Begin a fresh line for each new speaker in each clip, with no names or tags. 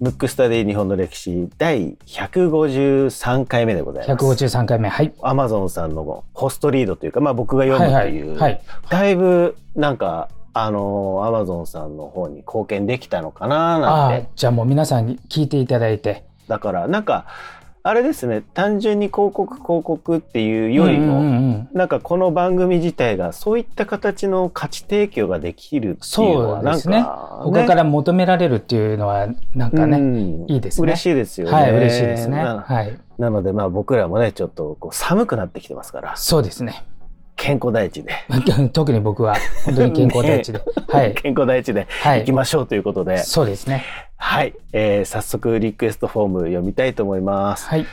ムックスタディ日本の歴史第153回目でございます。
153回目はい
アマゾンさんのホストリードというか、まあ、僕が読むという、
はいはいはい
だいぶなんかあのアマゾンさんの方に貢献できたのかな
あ
なん
あ
て
じゃあもう皆さんに聞いていただいて
だからなんかあれですね単純に広告広告っていうよりも、
うんうんうん
なんかこの番組自体がそういった形の価値提供ができるっていうのは
そう
なん
ですね
か、
他から求められるっていうのはなんかね、
うん
いいですね
嬉しいですよね。
はい嬉しいですね
な
はい
なのでまあ僕らもねちょっとこう寒くなってきてますから
そうですね
健康第一で、
特に僕は本当に健康 第一で、はい
健康第一で
はい
行きましょうということで、
そうですね
はい、えー早速リクエストフォーム読みたいと思います。
はい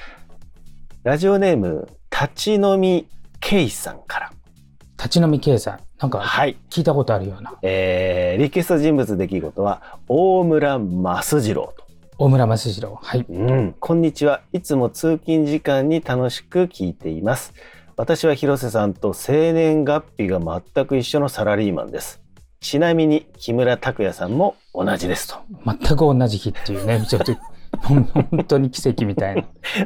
ラジオネーム立ち飲みケイさんから。
立ち飲み計算なんか
はい、
聞いたことあるような
えーリクエスト人物出来事は大村益次郎と。
大村益次郎はい
うん、こんにちは。いつも通勤時間に楽しく聞いています。私は広瀬さんと生年月日が全く一緒のサラリーマンです。ちなみに木村拓哉さんも同じですと。
全く同じ日っていうねちょっとほん本当に奇跡みたいな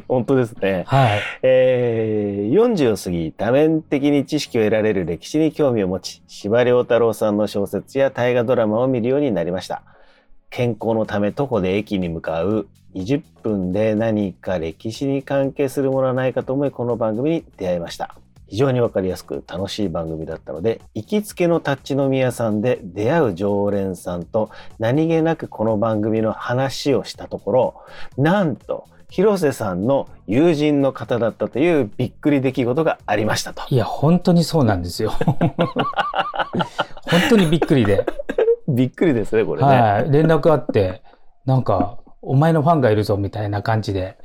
本当ですね。
はい
えー40を過ぎ多面的に知識を得られる歴史に興味を持ち司馬遼太郎さんの小説や大河ドラマを見るようになりました健康のため徒歩で駅に向かう20分で何か歴史に関係するものはないかと思いこの番組に出会いました非常にわかりやすく楽しい番組だったので行きつけの立ち飲み屋さんで出会う常連さんと何気なくこの番組の話をしたところなんと広瀬さんの友人の方だったというびっくり出来事がありましたと。
いや本当にそうなんですよ本当にびっくりで
びっくりですね、 これね。
はい、連絡あって、なんか、お前のファンがいるぞみたいな感じで。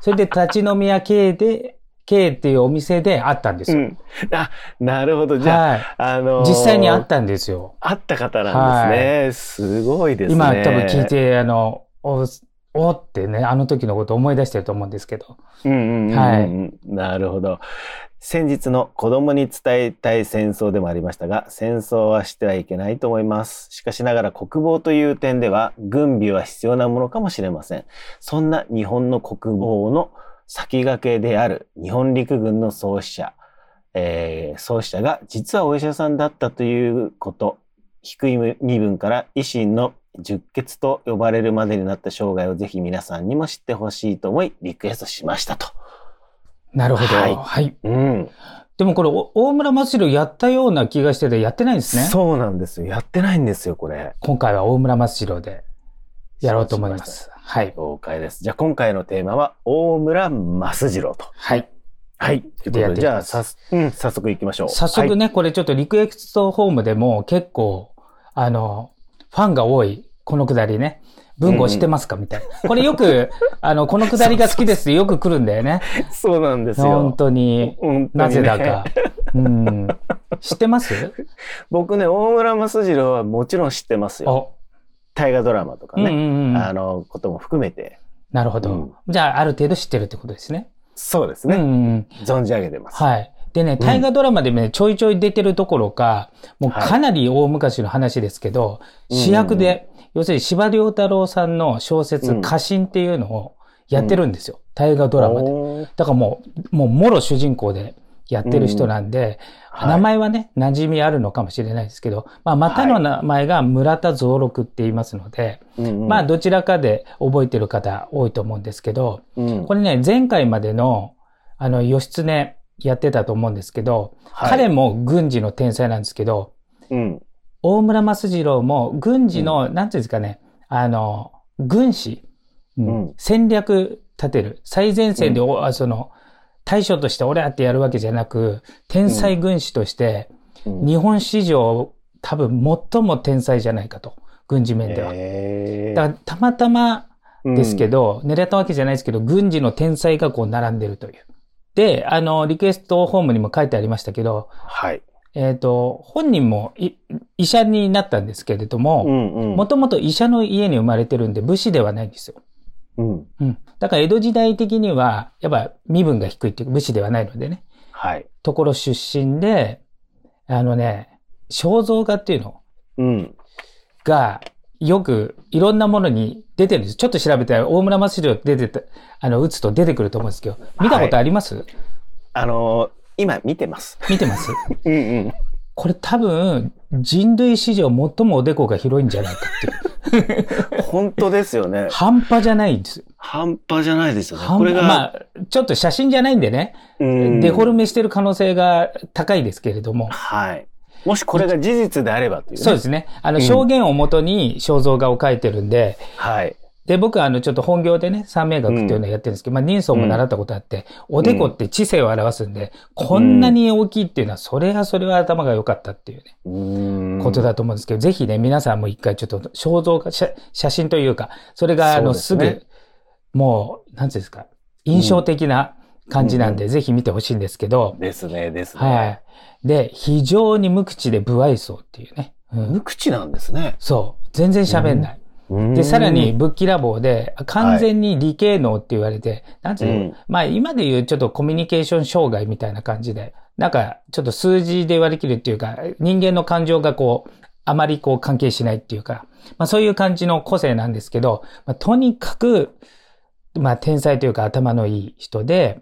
それで立ち飲み屋系で、系っていうお店で会ったんです
う
よ。
ん、あなるほど。じゃあ、
は
あのー
い。実際に会ったんですよ。
会った方なんですね。すごいですね。
今多分聞い。て、あの、お、おってね、あの時のこと思い出してると思うんですけど。
うんうんうんうん
はい
なるほど。先日の子供に伝えたい戦争でもありましたが、戦争はしてはいけないと思います。しかしながら国防という点では、軍備は必要なものかもしれません。そんな日本の国防の先駆けである日本陸軍の創始者、えー創始者が実はお医者さんだったということ、低い身分から維新の十血と呼ばれるまでになった生涯をぜひ皆さんにも知ってほしいと思いリクエストしましたと。
なるほど。
は
はいい。
うん、
でもこれ、お大村益郎やったような気がしてて、やってないんですね。
そうなんですよ。やってないんですよ、これ。
今回は大村益郎でやろうと思います。はい。
了解です。じゃあ今回のテーマは大村益次郎と。
はい。
はい。ということ
やっ
で、
ていきます
じゃあさす、うん、早速行きましょう。
早速ね、これちょっとリクエストホームでも結構、あの、ファンが多い、このくだりね。文豪知ってますか、みたいな。これよ く、あの、このくだりが好きですってよく来るんだよね。
はい、そうなんです
本
よ。
当に。
本当にね
なぜだか。うん。知っ てます
僕ね、大村益次郎はもちろん知ってますよ。
お、
大河ドラマとか
うん
ね、
うんう
あ
ん。
の、ことも含めて。
なるほど、
うん
じゃあ、ある程度知ってるってことですね。
そうです
うん
ね。
うんうん。
存じ上げてます。
はい。でね、大河ドラマでね、ちょいちょい出てるどころか、もう
はい
かなり大昔の話ですけど、
うん
主役で、要するに司馬遼太郎さんの小説、
うん
家臣っていうのをやってるんですよ。大河ドラマで。
で。
だからもう、もう、もろ主人公でやってる人なんで、
はい
名前はね、馴染みあるのかもしれないですけど、まあ、またの名前が村田蔵六って言いますので、
うんうん
まあ、、どちらかで覚えてる方多いと思うんですけど、
うん
これね、前回までの、あの、義経やってたと思うんですけど、
はい
彼も軍事の天才なんですけど、
うん。
大村益次郎も軍事の、なんていうんですかね、あの、軍師、うん
うん
戦略立てる。最前線で、おあその、大将として俺やってやるわけじゃなく、天才軍師として、
うん
日本史上多分最も天才じゃないかと、軍事面では。
えー
だからたまたまですけ
ど、
ど、狙ったわけじゃないですけど、軍事の天才がこう並んでるという。で、あの、リクエストホームにも書いてありましたけど、
はい。
えっ、と、本人もい医者になったんですけれど
う
も、
んうん
もともと医者の家に生まれてるんで武士ではないんですよ。
うん。
うん。だから江戸時代的には、やっぱ身分が低いっていうか武士ではないのでね。
はい。
ところ出身で、あのね、肖像画っていうの
うん。
が、よくいろんなものに出てるんです。ちょっと調べて、大村正宏出てた、あの、打つと出てくると思うんですけど、見たことあります、
あのー今見て ます。
見てます
うんうん。
これ多分、人類史上最もおでこが広いんじゃないかっ ていう。
本当ですよね。
半端じゃないんです。
半端じゃないですよね。
半
これ
端
が、
まあ、ちょっと写真じゃないんでね、
うん
デフォルメしてる可能性が高いですけれども、
はい。もしこれが事実であればという、ね。
そうですね。あの、
うん
証言をもとに肖像画を描いてるんで、
はい。
で、僕はあの、ちょっと本業でね、三名学っていうのをやってるんですけど、まあ、人相も習ったことあって、おでこって知性を表すんで、こんなに大きいっていうのは、それはそれは頭が良かったっていうね、
うん
こと。だと思うんですけど、ぜひね、皆さんも一回ちょっと肖像画、写写真というか、それがあの、す
そうですね
ぐ、もう、なんていうんですか、印象的な感じなんで、ぜひ見てほしいんですけど、
ですね、ですね。
はい。で、非常に無口で無愛想っていうね。う
無
ん、
口なんですね。
そう。全然喋んない。で、さらに、、ぶっきらぼうで、完全に理系能って言われて、なんていうの、
うん
まあ、今で言うちょっとコミュニケーション障害みたいな感じで、なんか、ちょっと数字で割り切るっていうか、人間の感情がこう、あまりこう関係しないっていうか、まあそういう感じの個性なんですけど、まあ、とにかく、まあ天才というか頭のいい人で、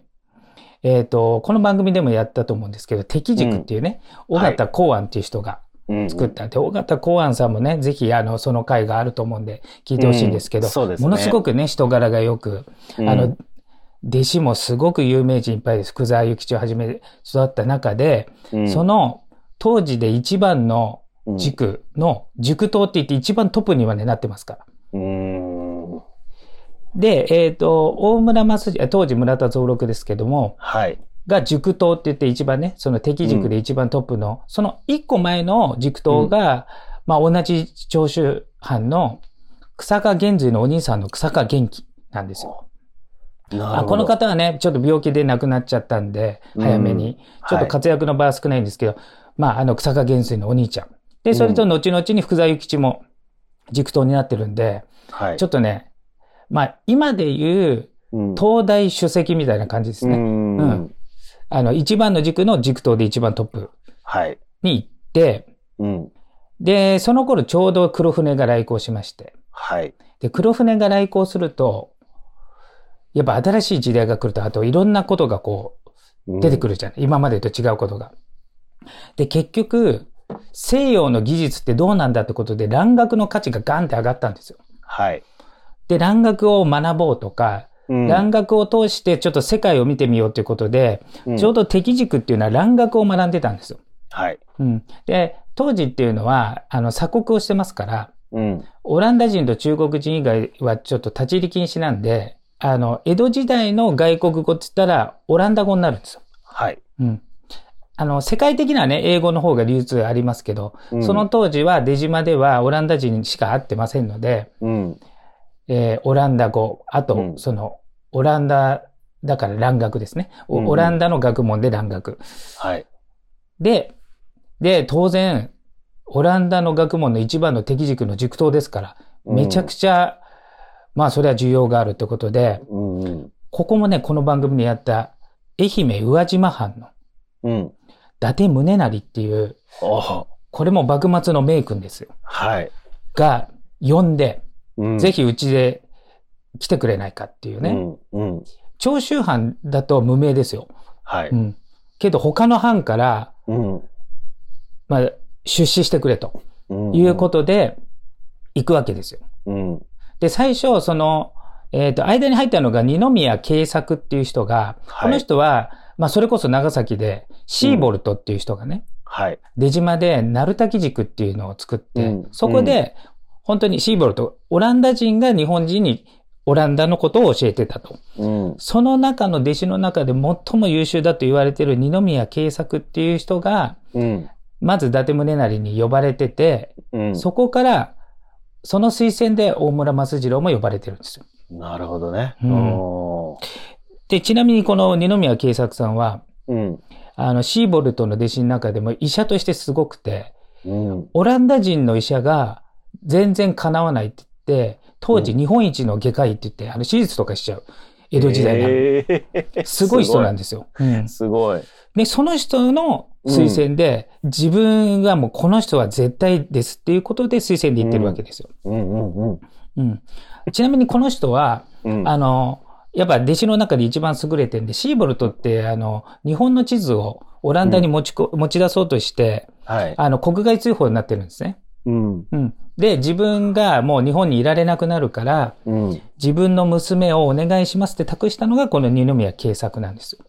えっ、と、この番組でもやったと思うんですけど、敵軸っていうね、
うん
尾形公安っていう人が、作っ
け
た。で、尾形公安さんもね、ぜひ、あの、その回があると思うんで、聞いてほしいんですけど、
うんそうですね
ものすごくね、人柄がよく、あの、、弟子もすごく有名人いっぱいです。福沢諭吉をはじめ育った中で、
の
その、当時で一番の塾の、塾頭って言って一番トップにはね、なってますか
う
ら。
ん。
で、えっ、と、大村正治、あ当時村田蔵六ですけども、
はい。
が塾頭って言って一番ね、その敵塾で一番トップの、その一個前の塾頭が、まあ同じ長州藩の草加玄瑞のお兄さんの草加元気なんですよ。
なる
あ
ほど
この、方はね、ちょっと病気で亡くなっちゃったんで、早めに。ちょっと
はい
活躍の場は少ないんですけど、まああの草加元瑞のお兄ちゃん。で、それと後々に福沢諭吉も塾頭になってるんで、
はい。
ちょっとね、まあ今で言う
うん
東大主席みたいな感じですね。
うん
うんあの、一番の軸の軸頭で一番トップ
はい。
に行って、
うん。
で、その頃ちょうど黒船が来航しまして、
はい。
で、黒船が来航すると、やっぱ新しい時代が来ると、あといろんなことがこう出てく
る。
るじゃない、今までと違うことが。で、結局、西洋の技術ってどうなんだってことで、蘭学の価値がガンって上がったんですよ。
はい。
で、蘭学を学ぼうとか、蘭学を通してちょっと世界を見てみようということで、ちょう
ど、
ど敵軸っていうのは蘭学を学んでたんですよ。
はい。
うん。で、当時っていうのは、あの、鎖国をしてますから、
うん。
オランダ人と中国人以外はちょっと立ち入り禁止なんで、あの、江戸時代の外国語って言ったら、オランダ語になるんですよ。
はい。
うん。あの、世界的にはね、英語の方が流通ありますけど、
うん
その、当時は出島ではオランダ人しか会ってませんので、
うん。
えーオランダ語、あと、
うん
その、オランダ、だから蘭学ですね。お
うんうん
オランダの学問で蘭学。
はい。
で、で、当然、オランダの学問の一番の敵軸の塾頭ですから、めちゃく
ち
ちゃ、まあ、それは需要があるってこと
ゃ。
で、
うん。うん
ここもね、この番組でやった、愛媛宇和島藩の
うん。
伊達宗成っていう、
おー
これも幕末の名君ですよ。
はい。
が、呼んで、ぜ
ひ
ひうちで来てくれないかっていうね。。
うんうん。
長州藩だと無名ですよ。
はい。
うん。けど他の藩から、
うん。
まあ、出資してくれと
うん
いうことで、行くわけですよ。
うん。
で、最初、その、えっ、と、間に入ったのが二宮慶作っていう人が、
はい
この人は、まあ、それこそ長崎で、シーボルトっていう人がね、
はい。
出島で、鳴滝軸っていうのを作って、
うん
そこで、本当にシーボルト、オランダ人が日本人にオランダのことを教えてたと。
うん。
その中の弟子の中で最も優秀だと言われてる二宮慶作っていう人が、
うん。
まず伊達宗成に呼ばれてて、
うん。
そこから、その推薦で大村益次郎も呼ばれてるんですよ。
なるほどね。
うん
おー
で、ちなみにこの二宮慶作さんは、
うん。
あの、シーボルトの弟子の中でも医者としてすごくて、
うん。
オランダ人の医者が全然叶わないって言って、当時
う
日本一の外科医って言って、あの、手術とかしちゃう。江戸時代なの。
へー
すごい人なんですよ。うん
すごい。
で、その人の推薦で、自分がもうこの人は絶対ですっていうことで推薦で言ってるわけですよ。
うんうんうん。
うん。ちなみにこの人は、
うん、
あの、やっぱ弟子の中で一番優れてるんで、シーボルトって、あの、日本の地図をオランダに持ちこ、持ち出そうとして、
はい。
あの、国外追放になってるんですね。
うん。
うん。で、自分がもう日本にいられなくなるから、
うん。
自分の娘をお願いしますって託したのが、この二宮慶作なんですよ。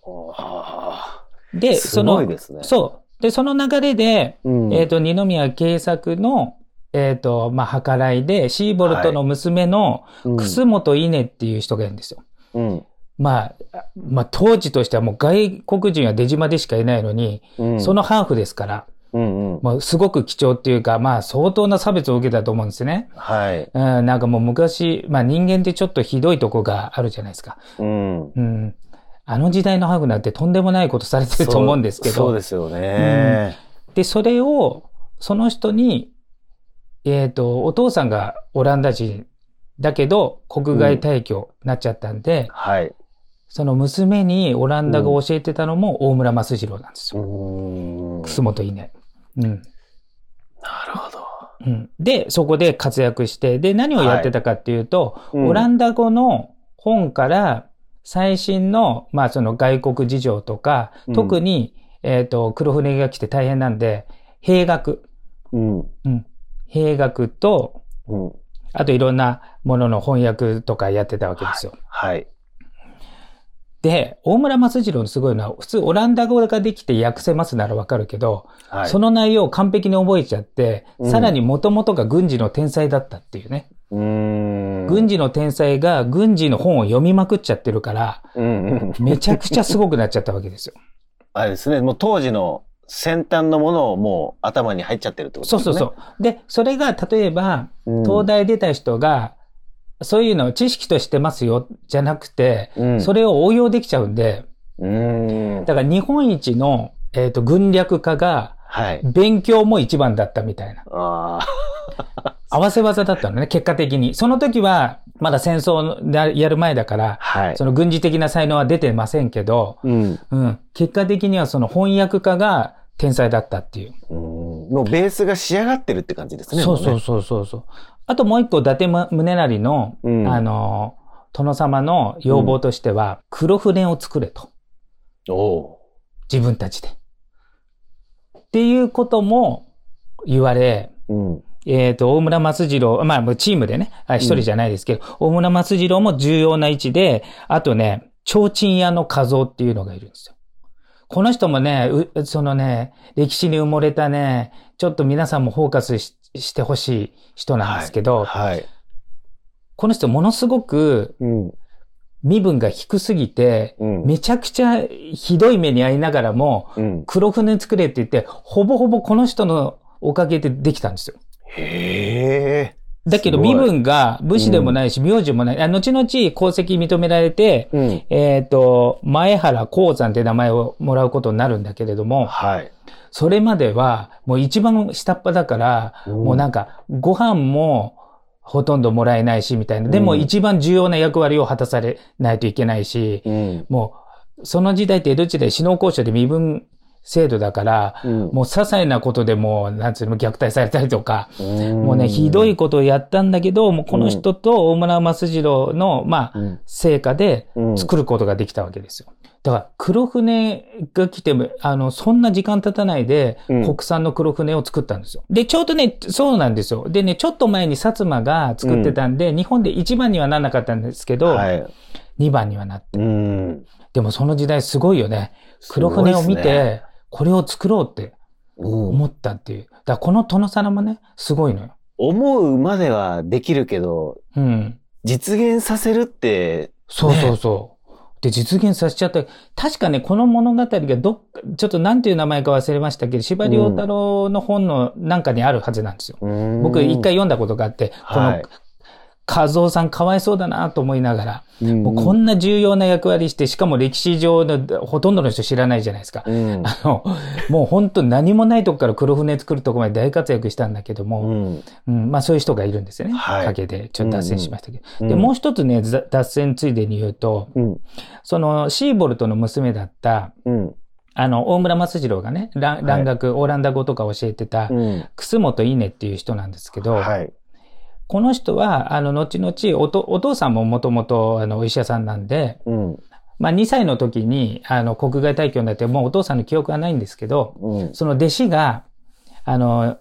あ
で、
ーす
そ
ご
の
い、ですね。
そう。で、その流れで、
うん。
えっ、と、二宮慶作の、えっ、と、まあ、計らいで、シーボルトの娘の、
うん
楠本稲っていう人がいるんですよ。
うん。
まあ、まあ、当時としてはもう外国人は出島でしかいないのに、
うん。
そのハーフですから、
うんうん。
もうすごく貴重っていうか、まあ相当な差別を受けたと思うんですね。
はい。
うん、なんかもう昔、まあ人間ってちょっとひどいとこがあるじゃないですか。
うん。
うん。あの時代のハーフなんてとんでもないことされてると思うんですけど、
そうそうですよね。
で、それを、その人に、えっ、と、お父さんがオランダ人だけど、国外退去になっちゃったんで、
はい。
その娘にオランダが教えてたのも大村益次郎なんです
う
よ。
ん。なる
楠本稲。うん。
ほど。
うん。で、そこで活躍して、で、何をやってたかっていうと、オラ
ン
ンダ語の本から最新の、まあその外国事情とか
う、ん
特に、えっ、と、黒船が来て大変なんで、兵学。
うん。
うん。兵学と、
うん。
あといろんなものの翻訳とかやってたわけですよ。
はい。
で、大村益次郎のすごいのは、普通オランダ語ができて訳せますならわかるけど、
はい。
その内容を完璧に覚えちゃって、
うん
さらに元々が軍事の天才だったっていうね。
うん。
軍事の天才が軍事の本を読みまくっちゃってるから、
うんうん。
めちゃくちゃすごくなっちゃったわ けですよ。
あれですね。もう当時の先端のものをもう頭に入っちゃってるってこと
そう
です
そ
ね。
うそう。で、それが例えば、
うん。
東大出た人が、そういうのを知識としてますよ、じゃなくて、
うん。
それを応用できちゃうんで、
うん。
だから日本一の、えー、と軍略家が
はい。
勉強も一番だったみたいな。
ああ。
合わせ技だったのね、結果的に。その時は、まだ戦争をややる前だから、
はい。
その軍事的な才能は出てませんけど、
うん。
うん。結果的にはその翻訳家が天才だったっていう。
うんもうベースが仕上がってるって感じですね。
そうそ
も
うそうそうそう。あともう一個、伊達ま宗成の、
うん
あの、殿様の要望としては、黒船を作れと。
うね。お
自分たちで。っていうことも言われ、
お。
えっ、と、大村松次郎、まあ、もうチームでね、あ一人じゃないですけど、大村松次郎も重要な位置で、あとね、提灯屋の画像っていうのがいるんですよ。この人もね、うそのね、歴史に埋もれたね、ちょっと皆さんもフォーカスししてほしい人
うん。
なんですけ
は
ど、
い。はい
この人ものすごく
うん。
身分が低すぎて、
うん。
めちゃくちゃひどい目に遭いながらも、
うん。
黒船作れって言って、ほぼほぼこの人のおかげでできたんですよ。
へえ。
だけど
すごい
身分が武士でもないし、名字もない。あ後々功績認められて、
うん。
えっ、と、前原鉱山って名前をもらうことになるんだけれども、
はい。
それまではもう一番下っ端だから、もうなんかご飯もほとんどもらえないし、みたいな。でも
うん
一番重要な役割を果たされないといけないし、
うん。
もうその時代って江戸時代首脳交渉で身分制度だから、
うん。
もう些細なことでもう、なんつうの、虐待されたりとか、も
も
うね、ひどい。ことをやったんだけど、もうこの人と大村益次郎の、まあ、
うん。
成果で
うん
作ることができたわけですよ。だから、黒船が来ても、あの、そんな時間経たないで、
うん
国産の黒船を作ったんですよ。で、ちょうどね、そうなんですよ。でね、ちょっと前に薩摩が作ってたんで、日本で1番にはならなかったんですけど、
はい。
2番にはなって。
うん。
でもその時代すごいよね。黒船を見
すごいっすね、
て、これを作ろうって
うん
思ったっていう。だから、この殿様もね、すごいのよ。
思うまではできるけど、
うん。
実現させるって、
そうそうそう。で、実現させちゃった。確かね、この物語がどっか、ちょっとなんていう名前か忘れましたけど、司馬遼太郎の本のなんかにあるはずなんですよ。僕
僕
一回、読んだことがあって、こ
は
の
い、
和夫さんかわいそうだなと思いながら、も
も
うこんな重要な役割して、しかも歴史上のほとんどの人知らないじゃないですか。
うん
あの、もう本当何もないとこから黒船作るとこまで大活躍したんだけど
う
も、
ん
うん、まあそういう人がいるんですよね。
はい
陰で、ちょっと脱線しましたけど。
うん
で、もう一つね、ざ脱線ついでに言うと、
うん
そのシーボルトの娘だった、
うん
あの、大村松次郎がね、蘭蘭学、オランダ語とか教えてた、
うん。
楠本稲っていう人なんですけど、
はい。
この人は、あの、後々、おとお父さんももともと、あの、お医者さんなんで、
うん。
まあ、2歳の時に、あの、国外退去になって、もうお父さんの記憶はないんですけど、
うん。
その弟子が、あの、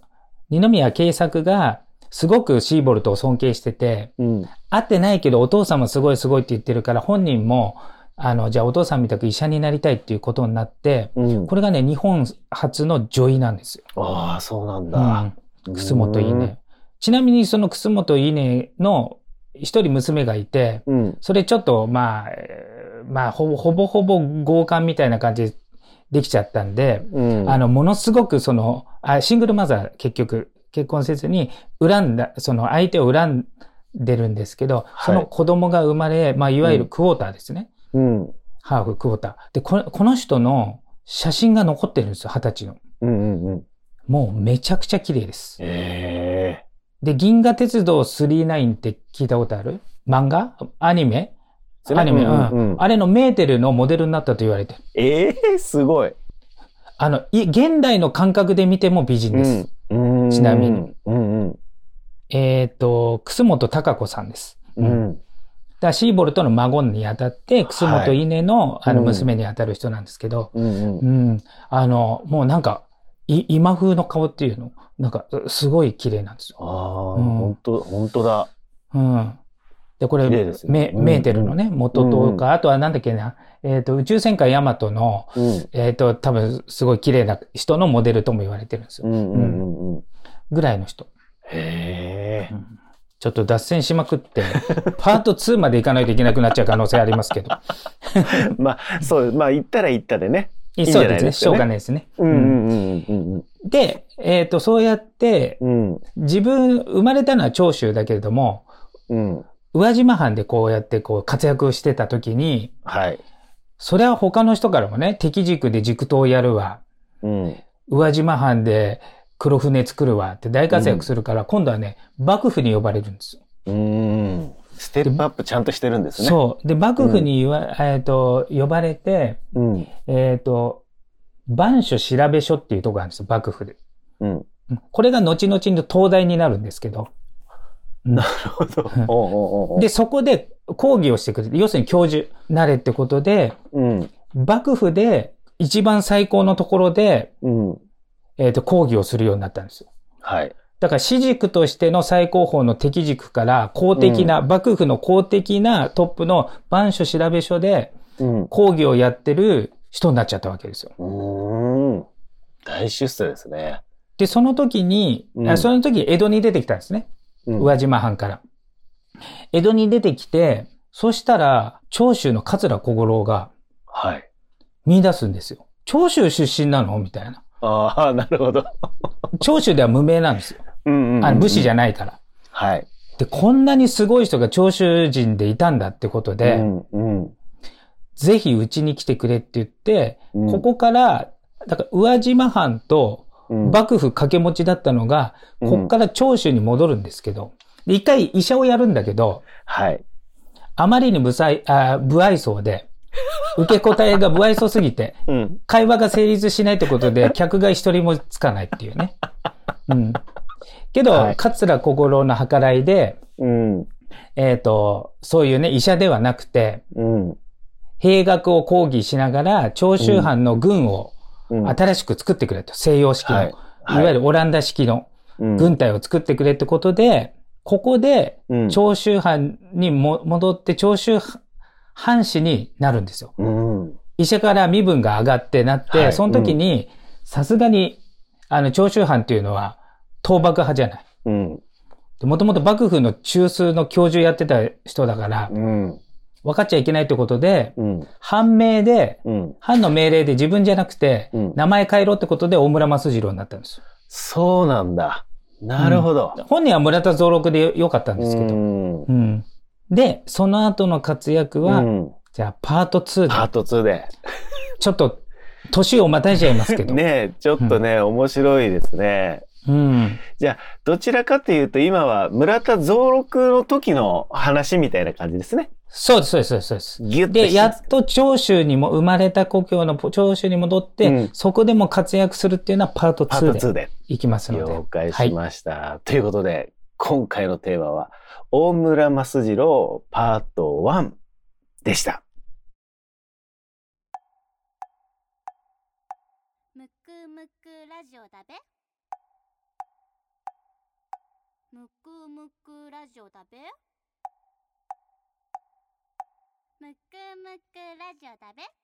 二宮慶作が、すごくシーボルトを尊敬してて、
うん。
会ってないけどお父さんもすごいすごいって言ってるから、本人も、あの、じゃあお父さんみたく医者になりたいっていうことになって、
うん。
これがね、日本初の女医なんですよ。
ああ、そうなん
う
だ。
ん。楠本稲。ちなみにその楠本稲の一人娘がいて、
うん。うん。
それちょっと、まあ、えーまあ、ほぼほぼほぼ強姦みたいな感じでできちゃったんで、
うん。
あの、ものすごくその、あシングルマザー結局、結婚せずに、恨んだ、その相手を恨んでるんですけど、
はい
その子供が生まれ、まあ、いわゆるクォーターですね。
うん。
ハーフ、クォーター。で、このこの人の写真が残ってるんですよ、二十歳の。
うん。うん。うん。
もうめちゃくちゃ綺麗です。
ええ。
で、銀河鉄道39って聞いたことある漫画アニメ
それ
アニメ、う
うんうん
ん。あれのメーテルのモデルになったと言われてる。
ええ、すごい。
あの、い現代の感覚で見ても美人です。
うん。
ちなみに。
うん。うん。
えっ、と、楠本孝子さんです。
う
だか
ん。
らシーボルトの孫にあたって、楠本稲の,、あの
うん
娘にあたる人なんですけど、
うん。
うん、あの、もうなんか、い今風の顔っていうの、なんか、すごい綺麗なんですよ。
ああ、本当本当だ。
うん。で、これ、
綺麗ですよ
メ
うん
メーテルのね、元とか、あとはなんだっけな、えっ、と、宇宙戦艦ヤマトの、
うん。
えっ、と、多分、すごい綺麗な人のモデルとも言われてるんです
う
よ。
ん。うん。うん。
ぐらいの人。
へえ。
ちょっと脱線しま くって、パート2までいかないといけなくなっちゃう可能性ありますけど。
まあ、そう、まあ、行ったら行ったでね。いんじ
そ
ゃ
う
ない
です
で
ね。
す
し
か
ょ
ね
うがないですね。
うん。うん。うん。
で、えっ、と、そうやって、
うん。
自分、生まれたのは長州だけれども、
うん。うん。
宇和島藩でこうやってこう活躍をしてた時に、
はい。
それは他の人からもね、敵軸で軸刀やるわ、
うん。
宇和島藩で黒船作るわって大活躍するから、今度はね、幕府に呼ばれるんですよ。
うん。ステップアップちゃんとしてるんですね。
そう。で、幕府に言わ、えっ、と、呼ばれて、
う。うん。
えっ、と、番所調べ所っていうとこがあるんですよ、幕府で。
うん。
うんこれが後々の東大になるんですけど。
ほど。おうおうおう
で、そこで講義をしてくれて、要するに教授なれってことで、
うん、
幕府で一番最高のところで、
うん。
えっ、と、講義をするようになったんですよ。
はい。
だから、私軸としての最高峰の敵軸から、公的な、幕府の公的なトップの番所調べ所で
うん。う
講義をやってる人になっちゃったわけですよ。
ーん。大出世ですね。
で、その時に、
うん
あその時、江戸に出てきたんですね。
うん
宇和島藩から。江戸に出てきて、そしたら、長州の桂小五郎が
はい。
見出すんですよ。長州出身なのみたいな。
ああ、 なるほど。
長州では無名なんですよ。
うん
あの武士じゃ
ん。
ないから。
はい。
で、こんなにすごい人が長州人でいたんだってことで、
うん、うん。
ぜひうちに来てくれって言って、
うん
ここから、だから宇和島藩と
うん
幕府掛け持ちだったのが、
うん
こっから長州に戻るんですけど、で一回医者をやるんだけど、
はい。
あまりに無才あ不愛想で、受け答えが不愛想すぎて、
うん。
会話が成立しないってこと で、客が一人もつかないっていうね。うん。けど、
はい
桂小五郎の計らいで、
うん。
えっ、と、そういうね、医者ではなくて、
うん。
兵学を講義しながら、長州藩の軍を
うん。
新しく作ってくれと。西洋式の、
はいいはい
わゆるオランダ式の
うん、
軍隊を作ってくれってことで、ここで
うん、
長州藩にも戻って長州藩士になるんですよ。
うん。
医者から身分が上がってなって、
はい
その時に、さすがに、あの、長州藩っていうのは、倒幕派じゃない。
うん。
もともと幕府の中枢の教授やってた人だから、
うん。
分かっちゃいけないってことで、
うん。
判明で、
うん。
藩の命令で自分じゃなくて、
うん
名前変えろってことで大村益次郎になったんですよ。
そうなんだ。なるほど。
本人は村田蔵六でよかったんですけど。
ん。
うんで、その後の活躍は、
うん
じゃあパート2
パー
で、
ト2で。
ちょっと、年をまたいじゃいますけど。
ねえ、ちょっとね、面白いですね。
うん。
どちらかというと今は村田蔵六の時の話みたいな感じですね。
そうです、そうです、そうですそうです。
ギュッて
で、
して
や
るん
っと長州にも、生まれた故郷の長州に戻って、
うん
そこでも活躍するっていうのはパート
パー
2
ト
で
2で
いきますので。
了解しました。ということで、今回のテーマは、大村益次郎パート1でした。
むくむくラジオだべむくむくラジオだべむくむくラジオだべ